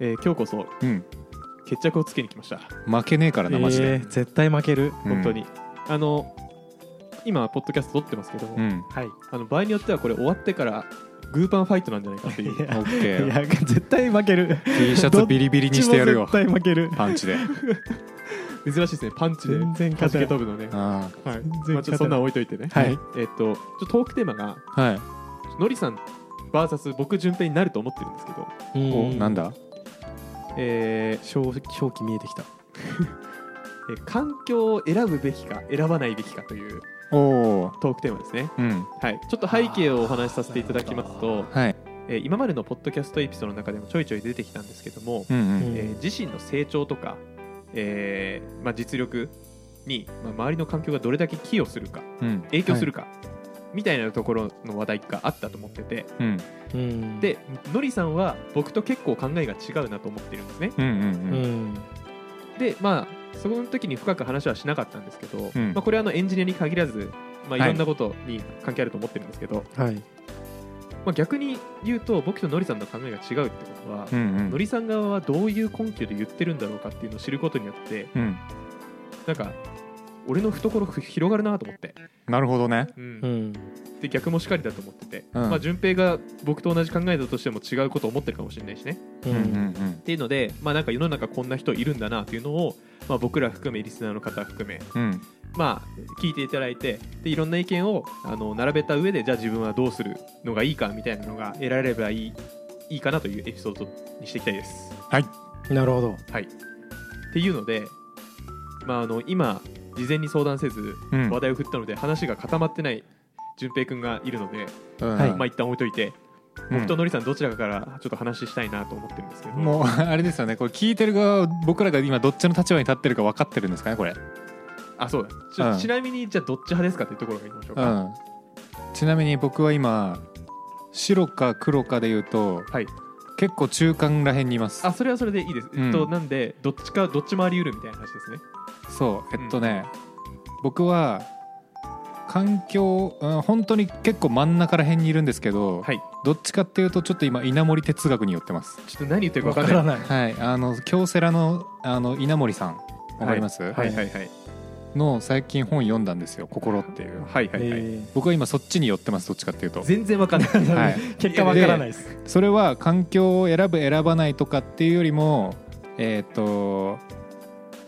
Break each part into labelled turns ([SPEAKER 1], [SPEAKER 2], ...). [SPEAKER 1] えー今日こそ
[SPEAKER 2] うん
[SPEAKER 1] 決着をつけに来ました、
[SPEAKER 2] 負けねえからなマジで、
[SPEAKER 3] えー絶対負ける
[SPEAKER 2] う
[SPEAKER 1] 本
[SPEAKER 2] ん
[SPEAKER 1] 当にあの今ポッドキャスト撮ってますけども、
[SPEAKER 2] うん
[SPEAKER 3] はい
[SPEAKER 1] あの場合によってはこれ終わってからグーパンファイトなんじゃないかっていう
[SPEAKER 3] いや
[SPEAKER 2] オッケ
[SPEAKER 3] い
[SPEAKER 2] ー
[SPEAKER 3] や絶対負ける
[SPEAKER 2] T シャツビリビリにしてやるよ
[SPEAKER 3] 絶対負ける
[SPEAKER 2] パンチで
[SPEAKER 1] 珍しいですねパンチで
[SPEAKER 3] 全然
[SPEAKER 1] 弾
[SPEAKER 3] 勝て
[SPEAKER 1] け
[SPEAKER 3] ない
[SPEAKER 1] 飛ぶのね、はい
[SPEAKER 2] あ
[SPEAKER 1] まあ、
[SPEAKER 3] 全然
[SPEAKER 1] ちょっとそんなん置いといてね、
[SPEAKER 2] はい
[SPEAKER 1] えっとちょっとトークテーマが
[SPEAKER 2] あはい
[SPEAKER 1] のりさん VS 僕順平になると思ってるんですけど、
[SPEAKER 2] おなんだ
[SPEAKER 1] え
[SPEAKER 3] 正正気見えてき た
[SPEAKER 1] ーえー環境を選ぶべきか選ばないべきかという
[SPEAKER 2] おお
[SPEAKER 1] トークテーマですね、
[SPEAKER 2] うん
[SPEAKER 1] はい、ちょっと背景をお話しさせていただきますと、
[SPEAKER 2] はい
[SPEAKER 1] えー今までのポッドキャストエピソードの中でもちょいちょい出てきたんですけども、
[SPEAKER 2] うんうん
[SPEAKER 3] うん
[SPEAKER 1] えー自身の成長とか、えーまあ、実力に、まあ、周りの環境がどれだけ寄与するか
[SPEAKER 2] うん
[SPEAKER 1] 影響するか、みたいなところの話題があったと思ってて
[SPEAKER 2] うん
[SPEAKER 3] うん
[SPEAKER 1] でのりさんは僕と結構考えが違うなと思ってるんですね
[SPEAKER 2] うんう
[SPEAKER 3] うん
[SPEAKER 2] うん
[SPEAKER 3] ん
[SPEAKER 1] でまあその時に深く話はしなかったんですけど、
[SPEAKER 2] うん
[SPEAKER 1] まあ、これはあのエンジニアに限らず、まあ、い
[SPEAKER 2] はい
[SPEAKER 1] ろんなことに関係あると思ってるんですけど、
[SPEAKER 3] はい
[SPEAKER 1] まあ、逆に言うと僕とのりさんの考えが違うってことは、
[SPEAKER 2] うんう
[SPEAKER 1] の
[SPEAKER 2] ん
[SPEAKER 1] りさん側はどういう根拠で言ってるんだろうかっていうのを知ることによって
[SPEAKER 2] うん
[SPEAKER 1] なんか俺の懐ふ広がるなと思って、
[SPEAKER 2] なるほどね
[SPEAKER 1] うん
[SPEAKER 3] うん
[SPEAKER 1] で逆もしかりだと思ってて、
[SPEAKER 2] うん
[SPEAKER 1] まあ順平が僕と同じ考えだとしても違うことを思ってるかもしれないしね
[SPEAKER 3] う
[SPEAKER 2] うんうんん
[SPEAKER 1] っていうのでまあなんか世の中こんな人いるんだなっていうのを、まあ、僕ら含めリスナーの方含め
[SPEAKER 2] うん
[SPEAKER 1] まあ聞いていただいてでいろんな意見をあの並べた上でじゃあ自分はどうするのがいいかみたいなのが得られればいいいいかなというエピソードにしていきたいです。
[SPEAKER 3] なるほど
[SPEAKER 1] はい、っていうので、まあ、あの今事前に相談せず
[SPEAKER 2] うん
[SPEAKER 1] 話題を振ったので話が固まってない淳平君がいるので、
[SPEAKER 2] うん
[SPEAKER 3] はい
[SPEAKER 1] まあ一旦置いといて、
[SPEAKER 2] うん
[SPEAKER 1] 僕とのりさんどちらかからちょっと話したいなと思ってるんですけど、
[SPEAKER 2] もう あれですよねこれ聞いてる側は僕らが今どっちの立場に立ってるか分かってるんですかねこれ、
[SPEAKER 1] あそうだちょ
[SPEAKER 2] うん
[SPEAKER 1] ちなみにじゃあどっち派ですかというところが言いましょう
[SPEAKER 2] う
[SPEAKER 1] か、
[SPEAKER 2] ん、ちなみに僕は今白か黒かで言うと
[SPEAKER 1] はい、
[SPEAKER 2] 結構中間らへんにいます
[SPEAKER 1] あそれはそれでいいです、
[SPEAKER 2] うん
[SPEAKER 1] えっと、なんでどっちかどっちもあり得るみたいな話ですね
[SPEAKER 2] そうえっとね、僕は環境、うん、本当に結構真ん中らへんにいるんですけど、
[SPEAKER 1] はい
[SPEAKER 2] どっちかっていうとちょっと今稲森哲学に寄ってます
[SPEAKER 1] ちょっと何言ってるか
[SPEAKER 3] わか
[SPEAKER 1] 分からな
[SPEAKER 3] ら
[SPEAKER 1] い
[SPEAKER 3] ない
[SPEAKER 2] はいあの京セラのあの稲森さんわかります、
[SPEAKER 1] はいはいはいはい
[SPEAKER 2] の最近本読んだんですよ「心」っていう
[SPEAKER 1] はいはいはい、
[SPEAKER 3] え
[SPEAKER 2] 僕は今そっちに寄ってますどっちかっていうと
[SPEAKER 1] 全然分かんない
[SPEAKER 3] ー
[SPEAKER 2] はい
[SPEAKER 3] 結果わからないです
[SPEAKER 2] それは環境を選ぶ選ばないとかっていうよりもえっ、と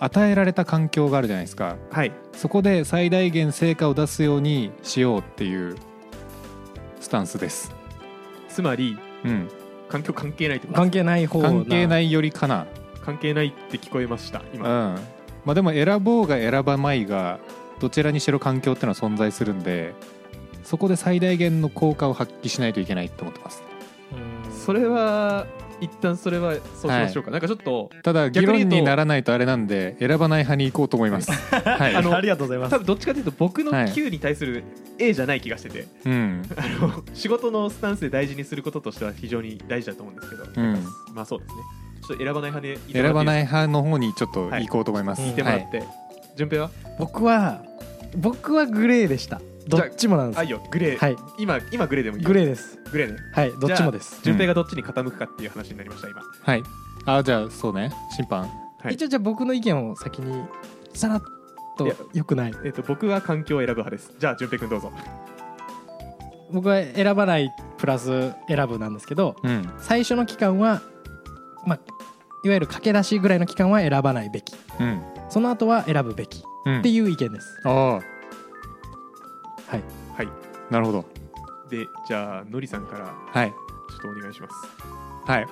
[SPEAKER 2] 与えられた環境があるじゃないですか
[SPEAKER 1] はい
[SPEAKER 2] そこで最大限成果を出すようにしようっていうスタンスです、
[SPEAKER 1] つまり
[SPEAKER 2] うん、
[SPEAKER 1] 環境関係ないってこと
[SPEAKER 3] 関係ない方
[SPEAKER 2] 関係ないいよりかな
[SPEAKER 1] 関係ないって聞こえました
[SPEAKER 2] うん
[SPEAKER 1] 今、
[SPEAKER 2] まあでも選ぼうが選ばないがどちらにしろ環境っていうのは存在するんでそこで最大限の効果を発揮しないといけないって思ってます
[SPEAKER 1] それは一旦それはそうしましょうか、なんかちょっと
[SPEAKER 2] ただ議
[SPEAKER 1] 逆に言う
[SPEAKER 2] 論
[SPEAKER 1] と
[SPEAKER 2] にならないとあれなんで選ばない派に行こうと思い ますはい
[SPEAKER 1] あの
[SPEAKER 3] ありがとうございます
[SPEAKER 1] 多分どっちかというと僕の
[SPEAKER 2] はい
[SPEAKER 1] Q に対する A じゃない気がして て、
[SPEAKER 2] うん
[SPEAKER 1] あの仕事のスタンスで大事にすることとしては非常に大事だと思うんですけど、
[SPEAKER 2] ん
[SPEAKER 1] まあそうですねちょっと選ばない派でいてもら
[SPEAKER 2] 選ばない
[SPEAKER 1] っ
[SPEAKER 2] 派の方にちょっと行こうと思います、
[SPEAKER 3] は
[SPEAKER 1] てい
[SPEAKER 2] はいい
[SPEAKER 1] てもらって、順平は
[SPEAKER 3] 僕は僕はグレーでしたどっちもなんで
[SPEAKER 1] あ
[SPEAKER 3] す
[SPEAKER 1] いいよグレー、
[SPEAKER 3] はい
[SPEAKER 1] 今今グレーでもいいよ
[SPEAKER 3] グレーです
[SPEAKER 1] グレーね
[SPEAKER 3] はいどっちもです
[SPEAKER 1] 順平がどっちに傾くかっていう話になりました今、
[SPEAKER 2] はいあじゃあそうね審判
[SPEAKER 1] はい
[SPEAKER 3] 一応じゃあ僕の意見を先にさらっ
[SPEAKER 1] い
[SPEAKER 3] と
[SPEAKER 1] や
[SPEAKER 3] よくない
[SPEAKER 1] えっと僕は環境を選ぶ派ですじゃあ順平君どうぞ
[SPEAKER 3] 僕は選ばないプラス選ぶなんですけど
[SPEAKER 2] うん
[SPEAKER 3] 最初の期間はまあいわゆる駆け出しぐらいの期間は選ばないべき
[SPEAKER 2] うん
[SPEAKER 3] その後は選ぶべきっ
[SPEAKER 2] うん
[SPEAKER 3] ていう意見です、
[SPEAKER 2] ああ
[SPEAKER 3] はい
[SPEAKER 1] はい
[SPEAKER 2] なるほど
[SPEAKER 1] でじゃあのりさんから
[SPEAKER 2] はい
[SPEAKER 1] ちょっとお願いします
[SPEAKER 2] はい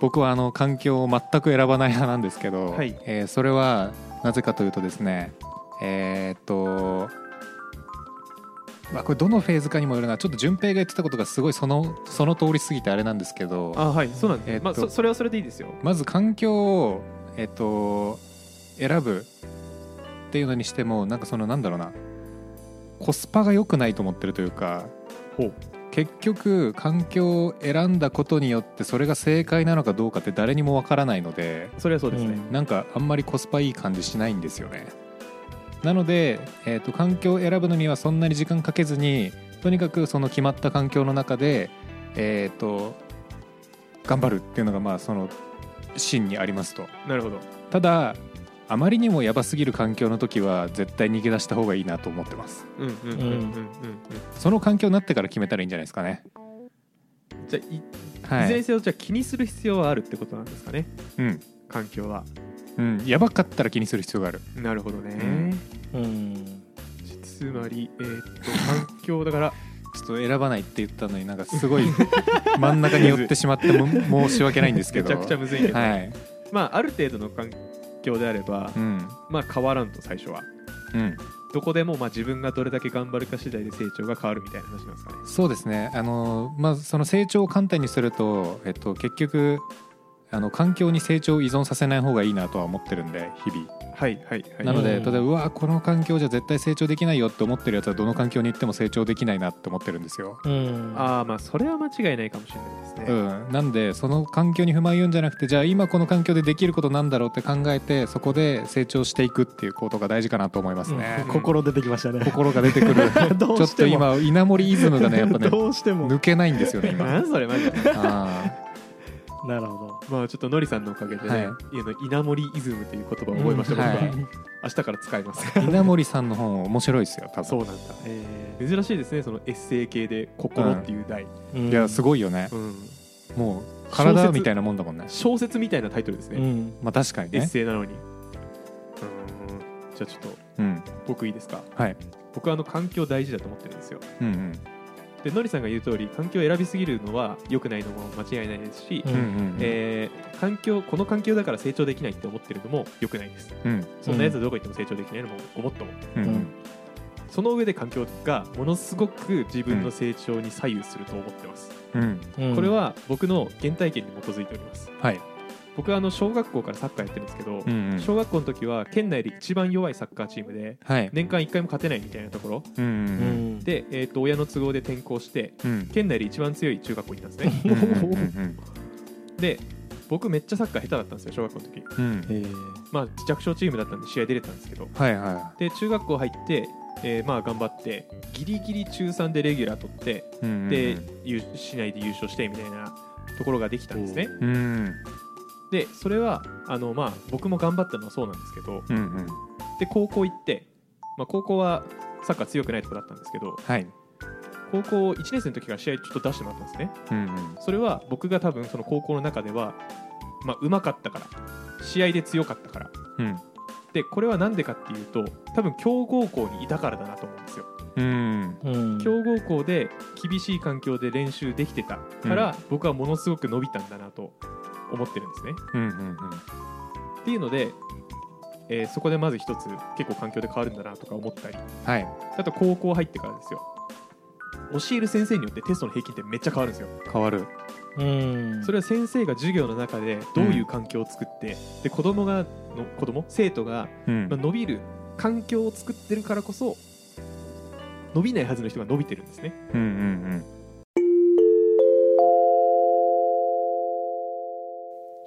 [SPEAKER 2] 僕はあの環境を全く選ばない派なんですけど、
[SPEAKER 1] はい
[SPEAKER 2] えーそれはなぜかというとですねえーっとまあこれどのフェーズかにもよるなちょっと順平が言ってたことがすごいそのその通りすぎてあれなんですけど
[SPEAKER 1] あはいそうなんです、
[SPEAKER 2] えっと
[SPEAKER 1] まあ、そそれはそれでいいですよ
[SPEAKER 2] まず環境を、えっと、選ぶっていうのにしてもなんかそのなんだろうなコスパが良くないと思ってるというか
[SPEAKER 1] ほう
[SPEAKER 2] 結局環境を選んだことによってそれが正解なのかどうかって誰にもわからないので
[SPEAKER 1] それはそうですね、
[SPEAKER 2] なんかあんまりコスパいい感じしないんですよねなので、えっと環境を選ぶのにはそんなに時間かけずにとにかくその決まった環境の中でえっ、と頑張るっていうのがまあそのシーンにありますと
[SPEAKER 1] なるほど
[SPEAKER 2] ただあまりにもやばすぎる環境の時は絶対逃げ出した方がいいなと思ってます
[SPEAKER 1] うんうんうんうんうんう
[SPEAKER 2] その環境になってから決めたらいいんじゃないですかね
[SPEAKER 1] んじゃあいい
[SPEAKER 2] は
[SPEAKER 1] ずれに
[SPEAKER 2] い、
[SPEAKER 1] せよじゃあ気にする必要はあるってことなんですかね
[SPEAKER 2] うん
[SPEAKER 1] 環境は
[SPEAKER 2] うん、やばかったら気にする必要がある
[SPEAKER 1] なるほどね、
[SPEAKER 2] うん
[SPEAKER 3] うん
[SPEAKER 1] つまりえーっと環境だから
[SPEAKER 2] ちょっと選ばないって言ったのになんか すごい真ん中に寄ってしまっても申し訳ないんですけ
[SPEAKER 1] め
[SPEAKER 2] ど
[SPEAKER 1] ちゃくちゃむずいけど、
[SPEAKER 2] はい
[SPEAKER 1] まあある程度の環境であれば、
[SPEAKER 2] うん
[SPEAKER 1] まあ変わらんと最初は
[SPEAKER 2] うん
[SPEAKER 1] どこでもまあ自分がどれだけ頑張るか次第で成長が変わるみたいな話なんですかね
[SPEAKER 2] そうですねあの、まあ、その成長を簡単にすると、えっと、結局あの環境に成長を依存させない方がいいなとは思ってるんで日々
[SPEAKER 1] はいはいはい
[SPEAKER 2] なので
[SPEAKER 3] うん
[SPEAKER 2] 例えばうわこの環境じゃ絶対成長できないよって思ってるやつはどの環境に行っても成長できないなって思ってるんですよ。
[SPEAKER 3] うん
[SPEAKER 1] ああまあそれは間違いないかもしれないですね、
[SPEAKER 2] うん、なんでその環境に不満言うんじゃなくてじゃあ今この環境でできることなんだろうって考えてそこで成長していくっていうことが大事かなと思いますね、
[SPEAKER 1] うん
[SPEAKER 4] 心出てきましたね
[SPEAKER 2] 心が出てくる
[SPEAKER 4] ど
[SPEAKER 2] ちょ
[SPEAKER 4] う
[SPEAKER 2] っ
[SPEAKER 4] して
[SPEAKER 2] と
[SPEAKER 4] も
[SPEAKER 2] 今稲森イズムがねやっ ぱね
[SPEAKER 4] どうしても
[SPEAKER 2] 抜けないんですよね今
[SPEAKER 1] なんそれマジで
[SPEAKER 2] あ
[SPEAKER 4] なるほど
[SPEAKER 1] まあちょっとノリさんのおかげで、ね
[SPEAKER 2] はい
[SPEAKER 1] あの稲盛イズムという言葉を覚えました、
[SPEAKER 2] うん
[SPEAKER 1] 僕は、
[SPEAKER 2] はい
[SPEAKER 1] 明日から使います
[SPEAKER 2] ー稲森さんの本面白いですよ多分
[SPEAKER 1] そうなんだ珍しいですねそのエッセイ系で「心」っていう題、
[SPEAKER 3] うん
[SPEAKER 2] いやすごいよね
[SPEAKER 1] うん
[SPEAKER 2] もう
[SPEAKER 1] 小
[SPEAKER 2] 体
[SPEAKER 1] 説
[SPEAKER 2] みたいなもんだもんね
[SPEAKER 1] 小説みたいなタイトルですね、
[SPEAKER 3] うん
[SPEAKER 2] まあ確かに
[SPEAKER 1] エッ
[SPEAKER 2] ね
[SPEAKER 1] セイなのにうーんじゃあちょっと
[SPEAKER 2] うん
[SPEAKER 1] 僕いいですか
[SPEAKER 2] はい
[SPEAKER 1] 僕はあの環境大事だと思ってるんですよ
[SPEAKER 2] うん
[SPEAKER 1] でノリさんが言う通り環境を選びすぎるのは良くないのも間違いないですし、
[SPEAKER 2] うんうんうん
[SPEAKER 1] えー環境この環境だから成長できないって思ってるのも良くないです
[SPEAKER 2] うん
[SPEAKER 1] そんなやつはどこ行っても成長できないのもごもっとも
[SPEAKER 2] うんうん
[SPEAKER 1] その上で環境がものすごく自分の成長に左右すると思ってます、
[SPEAKER 2] うん
[SPEAKER 3] うん
[SPEAKER 1] これは僕の原体験に基づいております
[SPEAKER 2] はい
[SPEAKER 1] 僕はあの小学校からサッカーやってるんですけど、
[SPEAKER 2] うんうん
[SPEAKER 1] 小学校の時は県内で一番弱いサッカーチームで
[SPEAKER 2] はい
[SPEAKER 1] 年間1回も勝てないみたいなところ
[SPEAKER 2] うんう
[SPEAKER 3] うんん
[SPEAKER 1] で、えー、と親の都合で転校して
[SPEAKER 2] うんうん
[SPEAKER 1] 県内で一番強い中学校に行ったんです
[SPEAKER 2] うんう
[SPEAKER 1] ね
[SPEAKER 2] んうん
[SPEAKER 1] で僕めっちゃサッカー下手だったんですよ小学校の時
[SPEAKER 2] うん
[SPEAKER 4] え
[SPEAKER 1] まあ弱小チームだったんで試合出れたんですけど
[SPEAKER 2] はいは
[SPEAKER 1] で中学校入って、えーまあ頑張ってギリギリ中3でレギュラー取って
[SPEAKER 2] いうんうん
[SPEAKER 1] で、優市内で優勝してみたいなところができたんですね
[SPEAKER 2] うん
[SPEAKER 1] でそれはあの、まあ、僕も頑張ったのはそうなんですけど
[SPEAKER 2] うんうん
[SPEAKER 1] で高校行って、まあ、高校はサッカー強くないとこだったんですけど
[SPEAKER 2] はい
[SPEAKER 1] 高校1年生の時から試合ちょっと出してもらったんですね
[SPEAKER 2] うんうん
[SPEAKER 1] それは僕が多分その高校の中ではまあうまかったから試合で強かったから
[SPEAKER 2] うん
[SPEAKER 1] でこれは何でかっていうと多分強豪校にいたからだなと思うんですよ
[SPEAKER 2] うん
[SPEAKER 3] うん
[SPEAKER 1] 強豪校で厳しい環境で練習できてたから、僕はものすごく伸びたんだなと思ってるんですね。
[SPEAKER 2] うんうん
[SPEAKER 1] っていうので、えーそこでまず一つ結構環境で変わるんだなとか思ったり
[SPEAKER 2] はい
[SPEAKER 1] あと高校入ってからですよ教える先生によってテストの平均点めっちゃ変わるんですよ
[SPEAKER 2] 変わる
[SPEAKER 3] うん
[SPEAKER 1] それは先生が授業の中でどういう環境を作って、で子供がの子供生徒が
[SPEAKER 2] うん
[SPEAKER 1] まあ伸びる環境を作ってるからこそ伸びないはずの人が伸びてるんですね
[SPEAKER 2] うんうん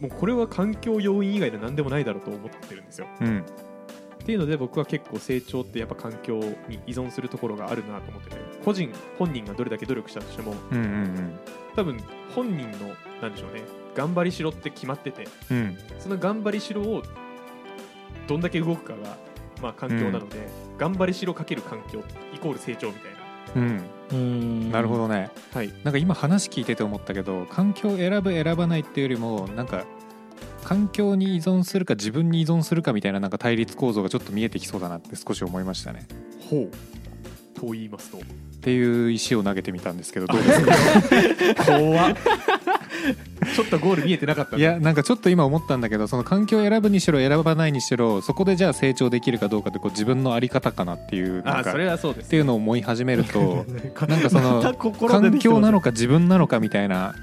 [SPEAKER 1] もうこれは環境要因以外で何でもないだろうと思ってるんですよ
[SPEAKER 2] うんうん
[SPEAKER 1] っていうので僕は結構成長ってやっぱ環境に依存するところがあるなと思ってて個人本人がどれだけ努力したとしても
[SPEAKER 2] うんうん
[SPEAKER 1] 多分本人のなんでしょうね頑張りしろって決まってて
[SPEAKER 2] うんうん
[SPEAKER 1] その頑張りしろをどんだけ動くかが、まあ、環境なので、頑張りしろかける環境イコール成長みたいな
[SPEAKER 2] うん
[SPEAKER 3] うん
[SPEAKER 2] なるほどね
[SPEAKER 1] はい
[SPEAKER 2] なんか今話聞いてて思ったけど環境を選ぶ選ばないっていうよりもなんか環境に依存するか自分に依存するかみたいななんか対立構造がちょっと見えてきそうだなって少し思いましたね
[SPEAKER 1] ほうと言いますと
[SPEAKER 2] っていう石を投げてみたんですけどどうですか
[SPEAKER 1] 怖っ ちょっとゴール見えてなかった
[SPEAKER 2] いやなんかちょっと今思ったんだけどその環境を選ぶにしろ選ばないにしろそこでじゃあ成長できるかどうかってこう自分の在り方かなっていうなん
[SPEAKER 1] あ
[SPEAKER 2] か
[SPEAKER 1] そ
[SPEAKER 2] っ
[SPEAKER 1] れはそうです
[SPEAKER 2] ていうのを思 い始めるとなんかその
[SPEAKER 4] また心出
[SPEAKER 2] 環
[SPEAKER 4] てきて
[SPEAKER 2] 境
[SPEAKER 4] ます
[SPEAKER 2] なのか自分なのかみたいな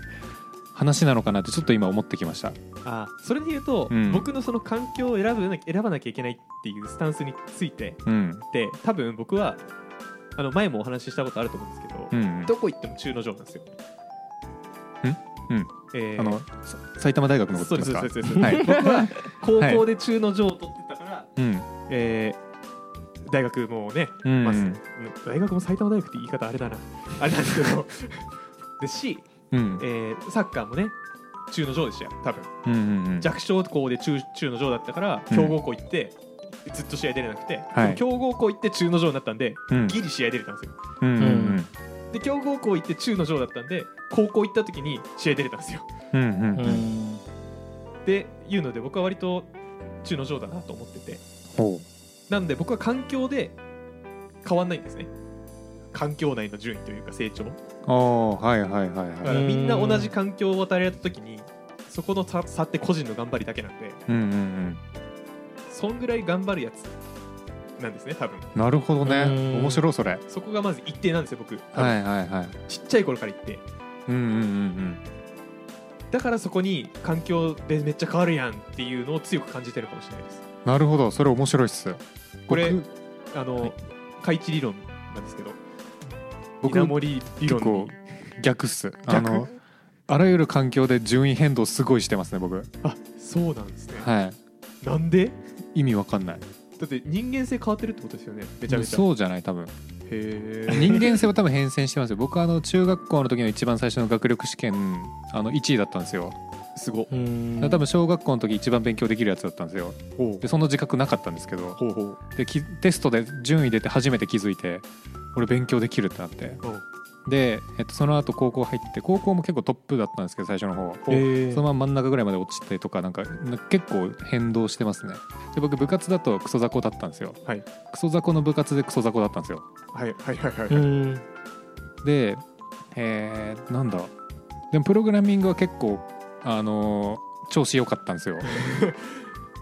[SPEAKER 2] 話なのかなってちょっと今思ってきました
[SPEAKER 1] あそれで言うと、
[SPEAKER 2] うん
[SPEAKER 1] 僕のその環境を選ぶな選ばなきゃいけないっていうスタンスについて
[SPEAKER 2] うん
[SPEAKER 1] で多分僕はあの前もお話ししたことあると思うんですけど、
[SPEAKER 2] うんうん
[SPEAKER 1] どこ行っても中之条なんですよ。
[SPEAKER 2] うんうん
[SPEAKER 1] えー
[SPEAKER 2] あのさ埼玉大学のこ
[SPEAKER 1] そ
[SPEAKER 2] と
[SPEAKER 1] うで
[SPEAKER 2] ですす
[SPEAKER 1] そう
[SPEAKER 2] か
[SPEAKER 1] ですそうです、
[SPEAKER 2] はい
[SPEAKER 1] 僕は高校で中之条を取ってたから、
[SPEAKER 2] うん
[SPEAKER 1] えー大学もね、
[SPEAKER 2] うん
[SPEAKER 1] まあ大学も埼玉大学って言い方あれだなあれなんですけど ですし、
[SPEAKER 2] うん
[SPEAKER 1] えーサッカーもね中之条でしたよ多分
[SPEAKER 2] うんうんうん
[SPEAKER 1] 弱小校で中中之条だったから
[SPEAKER 2] うん
[SPEAKER 1] 強豪校行って、ずっと試合出れなくて、
[SPEAKER 2] はい
[SPEAKER 1] でも強豪校行って中之条になったんで、
[SPEAKER 2] うん
[SPEAKER 1] ギリ試合出れたんですよ
[SPEAKER 2] うんうんうん
[SPEAKER 1] で強豪校行って中之条だったんで高校行った時に試合出れたんですよ
[SPEAKER 2] うんうん
[SPEAKER 4] う
[SPEAKER 2] うん
[SPEAKER 4] ん
[SPEAKER 1] っていうので僕は割と中之条だなと思ってて
[SPEAKER 2] ほう
[SPEAKER 1] なんで僕は環境で変わんないんですね環境内の順位というか成長
[SPEAKER 2] ああはいはいはい
[SPEAKER 1] だか
[SPEAKER 2] はい
[SPEAKER 1] らみんな同じ環境を与えられた時にそこの差差って個人の頑張りだけなんで
[SPEAKER 2] うんうんうん
[SPEAKER 1] そんぐらい頑張るやつなんですね多分
[SPEAKER 2] なるほどね
[SPEAKER 3] うん
[SPEAKER 2] 面白いそれはい
[SPEAKER 1] そこがまず一定なんですよ僕、
[SPEAKER 2] はいはい
[SPEAKER 1] ちっちゃい頃から一定
[SPEAKER 2] うんうんうん
[SPEAKER 1] だからそこに環境でめっちゃ変わるやんっていうのを強く感じてるかもしれないです
[SPEAKER 2] うんなるほどそれ面白いっす
[SPEAKER 1] これ
[SPEAKER 2] 僕
[SPEAKER 1] あの、開智理論なんですけど
[SPEAKER 2] 僕
[SPEAKER 1] 稲森理論
[SPEAKER 2] 結構
[SPEAKER 1] に
[SPEAKER 2] 逆っす
[SPEAKER 1] 逆
[SPEAKER 2] あのあらゆる環境で順位変動すごいしてますね僕
[SPEAKER 1] あそうなんですね、
[SPEAKER 2] は
[SPEAKER 1] なんで
[SPEAKER 2] い意味わかんない
[SPEAKER 1] だって人間性変わってるってことですよねめちゃめちゃ
[SPEAKER 2] そうじゃない多分
[SPEAKER 1] へえ
[SPEAKER 2] 人間性は多分変遷してますよ僕はあの中学校の時の一番最初の学力試験あの1位だったんですよ
[SPEAKER 1] すご
[SPEAKER 4] うん
[SPEAKER 2] だから多分小学校の時一番勉強できるやつだったんですよ
[SPEAKER 1] ほう
[SPEAKER 2] でその自覚なかったんですけど
[SPEAKER 1] ほうほう
[SPEAKER 2] できテストで順位出て初めて気づいて俺勉強できるってなってで、えっと、その後高校入って高校も結構トップだったんですけど最初の方
[SPEAKER 1] え
[SPEAKER 4] えー
[SPEAKER 2] そのまま真ん中ぐらいまで落ちてとかなんかな結構変動してますねで僕部活だとクソ雑魚だったんですよ、
[SPEAKER 1] はい
[SPEAKER 2] クソ雑魚の部活でクソ雑魚だったんですよ
[SPEAKER 1] はいはいはいはい、
[SPEAKER 4] うん
[SPEAKER 2] でえーなんだでもプログラミングは結構あのー調子良かったんですよ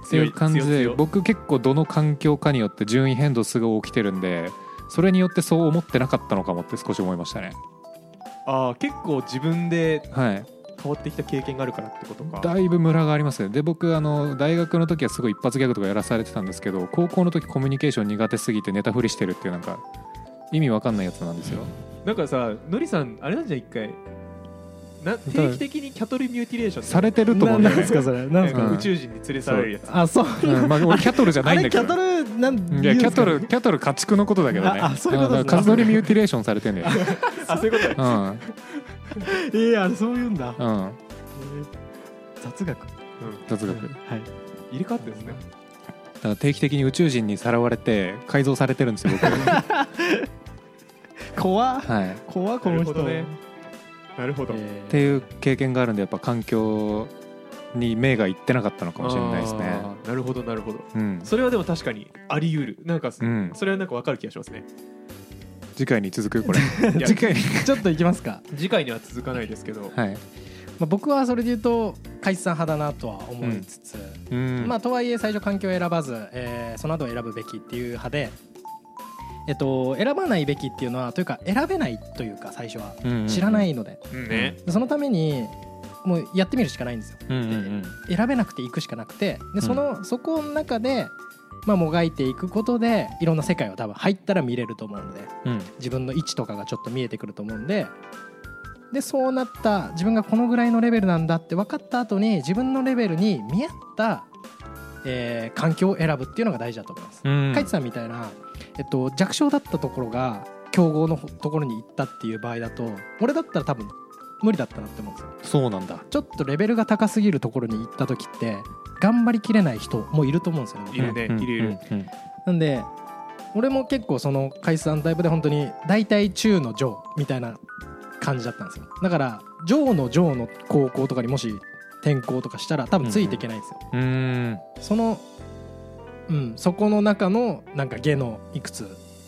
[SPEAKER 2] っていう感じ
[SPEAKER 1] 強い
[SPEAKER 2] で
[SPEAKER 1] 強い
[SPEAKER 2] 僕結構どの環境かによって順位変動すごい起きてるんでそれによってそう思ってなかったのかもって少し思いましたね
[SPEAKER 1] ああ結構自分で
[SPEAKER 2] はい
[SPEAKER 1] 変わってきた経験があるからってことか
[SPEAKER 2] だいぶムラがありますねで僕あの大学の時はすごい一発ギャグとかやらされてたんですけど高校の時コミュニケーション苦手すぎてネタフリしてるっていうなんか意味わかんないやつなんですよ
[SPEAKER 1] なんかさのりさんあれなんじゃん一回な定期的にキャトルミューティレーション
[SPEAKER 2] されてると
[SPEAKER 4] な
[SPEAKER 2] 思うんだ
[SPEAKER 4] なん
[SPEAKER 2] よね
[SPEAKER 4] ですかそれなんですか
[SPEAKER 1] なんか
[SPEAKER 2] う
[SPEAKER 1] 宇
[SPEAKER 2] ん
[SPEAKER 1] 宙人に連れ去られるやつ
[SPEAKER 3] あそう
[SPEAKER 2] うんまあ、俺キャトルじゃ
[SPEAKER 3] あ
[SPEAKER 2] ないん
[SPEAKER 3] れ
[SPEAKER 2] だ
[SPEAKER 3] キ
[SPEAKER 2] け
[SPEAKER 3] ャト
[SPEAKER 2] ど
[SPEAKER 3] ルなん
[SPEAKER 2] いやキャト
[SPEAKER 3] ル
[SPEAKER 2] ルキャトル家畜のことだけどね
[SPEAKER 4] ああそういうことですね
[SPEAKER 2] んカズノリミューティレーションされてんだよ、
[SPEAKER 1] あそういうことね
[SPEAKER 2] うん
[SPEAKER 4] えーあれそういうんだ
[SPEAKER 2] うん、
[SPEAKER 4] 雑学は
[SPEAKER 2] 雑学だか
[SPEAKER 4] い
[SPEAKER 1] 入れ替わってるんですね
[SPEAKER 2] ら定期的に宇宙人にさらわれて改造されてるんですよ僕
[SPEAKER 4] 怖っ
[SPEAKER 2] はいっ
[SPEAKER 4] 怖っこの
[SPEAKER 1] なるほど
[SPEAKER 4] 人
[SPEAKER 1] ねなるほど、
[SPEAKER 4] えー
[SPEAKER 2] ていう経験があるんでやっぱ環境に目がいってなかったのかもしれないですね
[SPEAKER 1] あーなるほどなるほど
[SPEAKER 2] うん、
[SPEAKER 1] それはでも確かにあり得るなんか、
[SPEAKER 2] うん、
[SPEAKER 1] それはなんかわかる気がしますね
[SPEAKER 2] 次回に続く これ
[SPEAKER 1] いや
[SPEAKER 3] 次回ちょっといきますか、
[SPEAKER 1] 次回には続かないですけど
[SPEAKER 2] はい
[SPEAKER 3] まあ、僕はそれで言うと海津さん派だなとは思いつつ、
[SPEAKER 2] うん
[SPEAKER 3] まあ、とはいえ最初環境を選ばず、えーその後を選ぶべきっていう派で、えっと、選ばないべきっていうのはというか選べないというか最初は知らな、いので、
[SPEAKER 1] うんね
[SPEAKER 3] でそのためにもうやってみるしかないんですよ
[SPEAKER 2] うんうんうん
[SPEAKER 3] 選べなくていくしかなくてでその、そこの中で、まあ、もがいていくことでいろんな世界を多分入ったら見れると思うので
[SPEAKER 2] うん
[SPEAKER 3] 自分の位置とかがちょっと見えてくると思うんででそうなった自分がこのぐらいのレベルなんだって分かった後に自分のレベルに見合った、えー環境を選ぶっていうのが大事だと思います。
[SPEAKER 2] うん
[SPEAKER 3] カイツさんみたいな、えっと、弱小だったところが強豪のところに行ったっていう場合だと俺だったら多分無理だったなって思うんですよ。
[SPEAKER 2] そうなんだ
[SPEAKER 3] ちょっとレベルが高すぎるところに行った時って頑張りきれない人もいると思うんですよね。
[SPEAKER 1] いるね
[SPEAKER 2] うんうん
[SPEAKER 1] いるいる
[SPEAKER 2] うんうん
[SPEAKER 3] なんで俺も結構その解散タイプで本当に大体中の上みたいな感じだったんですよだから上の上の高校とかにもし転校とかしたら多分ついていけないんですよ、
[SPEAKER 2] うーん
[SPEAKER 3] そのうんそこの中のなんか下のいくつ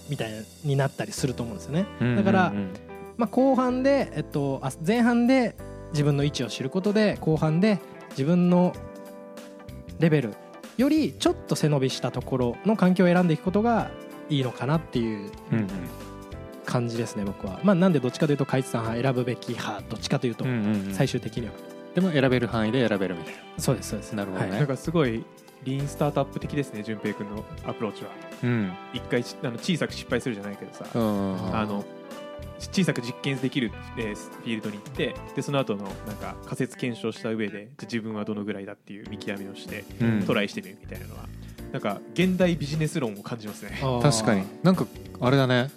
[SPEAKER 3] みたいになったりすると思うんですよね、だから
[SPEAKER 2] うんうん
[SPEAKER 3] まあ、後半で、えっと、あ前半で自分の位置を知ることで後半で自分のレベルよりちょっと背伸びしたところの環境を選んでいくことがいいのかなっていう
[SPEAKER 2] うん
[SPEAKER 3] 感じですね僕は、まあ、なんでどっちかというと海津さん派選ぶべき派どっちかというと
[SPEAKER 2] うんうんうん
[SPEAKER 3] 最終的には
[SPEAKER 2] でも選べる範囲で選べるみたいな
[SPEAKER 5] そうですそうです
[SPEAKER 2] なるほどね
[SPEAKER 5] はい
[SPEAKER 1] なんかすごいリーンスタートアップ的ですね淳平君のアプローチは
[SPEAKER 2] うん
[SPEAKER 1] 一回ちあの小さく失敗するじゃないけどさ、
[SPEAKER 2] うん
[SPEAKER 1] あの小さく実験できる、えーフィールドに行ってでその後のなんか仮説検証した上でじゃあ自分はどのぐらいだっていう見極めをして
[SPEAKER 2] うん
[SPEAKER 1] トライしてみるみたいなのはなんか現代ビジネス論を感じますね。
[SPEAKER 5] あー
[SPEAKER 2] 確かになんかあれだね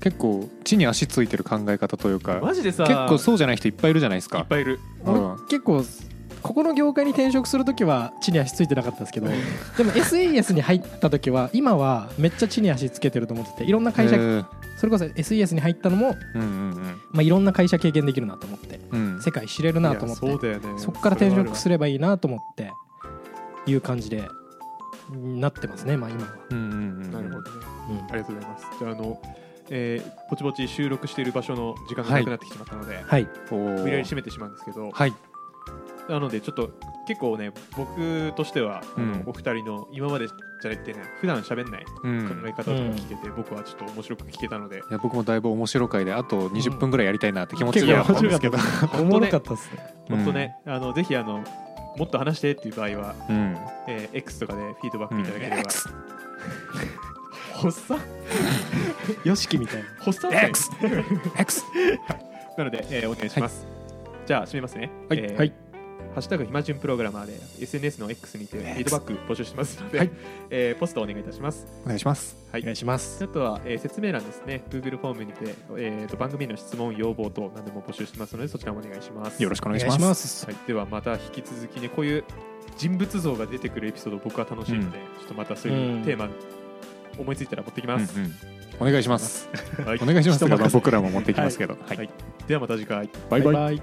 [SPEAKER 2] 結構地に足ついてる考え方という か
[SPEAKER 1] マジでさ
[SPEAKER 2] 結構そうじゃない人いっぱいいるじゃないです
[SPEAKER 1] いっ
[SPEAKER 2] か
[SPEAKER 1] ぱいいる
[SPEAKER 2] う
[SPEAKER 3] 俺
[SPEAKER 2] ん
[SPEAKER 3] 結構ここの業界に転職する時は地に足ついてなかったんですけどでも SES に入った時は今はめっちゃ地に足つけてると思ってていろんな会社
[SPEAKER 2] へー
[SPEAKER 3] それこそ SES に入ったのも、
[SPEAKER 2] うんうん
[SPEAKER 3] まあ、いろんな会社経験できるなと思って
[SPEAKER 2] うんうん
[SPEAKER 3] 世界知れるなと思っ
[SPEAKER 1] いや
[SPEAKER 3] て
[SPEAKER 1] そうだよね
[SPEAKER 3] そこから転職す
[SPEAKER 1] る
[SPEAKER 3] ればいいなと思っていう感じでなってますねまあ今は、
[SPEAKER 2] うんうんうん
[SPEAKER 1] なるほどね
[SPEAKER 3] うん
[SPEAKER 1] ありがとうございますじゃああの、えーぼちぼち収録している場所の時間がなくなってきてしまったので、
[SPEAKER 3] はい
[SPEAKER 2] おー
[SPEAKER 1] 無理やり締めてしまうんですけど、
[SPEAKER 2] はい
[SPEAKER 1] なのでちょっと結構ね僕としては、あの
[SPEAKER 2] うん
[SPEAKER 1] お二人の今までじゃなくてね普段喋んない考
[SPEAKER 2] うん
[SPEAKER 1] え方とか聞けて、僕はちょっと面白く聞けたので
[SPEAKER 2] いや僕もだいぶ面白回であと20分ぐらいやりたいなって気持ち
[SPEAKER 3] 結
[SPEAKER 2] が
[SPEAKER 3] 構
[SPEAKER 2] あったんで
[SPEAKER 3] 面
[SPEAKER 2] すけ
[SPEAKER 3] 白
[SPEAKER 2] ど
[SPEAKER 3] かったおもろかったっすね
[SPEAKER 2] うん
[SPEAKER 1] 本当ね、あのぜひあのもっと話してっていう場合は、
[SPEAKER 2] うん
[SPEAKER 1] えー X とかでフィードバックいただければ、
[SPEAKER 2] うん X
[SPEAKER 1] 発作
[SPEAKER 3] よしきみたいな
[SPEAKER 1] 発作
[SPEAKER 2] X
[SPEAKER 1] なので、えーお願いします、じゃあ締めますね
[SPEAKER 2] はい
[SPEAKER 1] えー
[SPEAKER 2] はい
[SPEAKER 1] ハッシュタグ暇順プログラマーで SNS の X にてフィードバック募集してますので、
[SPEAKER 2] はい
[SPEAKER 1] えーポストお願いいたします
[SPEAKER 2] お願いします
[SPEAKER 1] はい
[SPEAKER 3] お願いします
[SPEAKER 1] あとは、えー説明欄ですね、Google フォームにて、えーと番組への質問、要望等何でも募集してますので、そちらもお願いします。
[SPEAKER 2] よろしくお
[SPEAKER 3] お
[SPEAKER 2] 願いします
[SPEAKER 3] す
[SPEAKER 1] はい、では、また引き続きね、こういう人物像が出てくるエピソード、僕は楽しいので、ちょっとまたそういううんテーマ、思いついたら持ってきます。
[SPEAKER 2] うんうんお願いします
[SPEAKER 1] はい
[SPEAKER 2] お願いします
[SPEAKER 1] 人
[SPEAKER 2] がまあ
[SPEAKER 1] 任せ
[SPEAKER 2] 僕らも持っていきますけどはい
[SPEAKER 1] いではまた次回。
[SPEAKER 2] バイバイ
[SPEAKER 3] バイ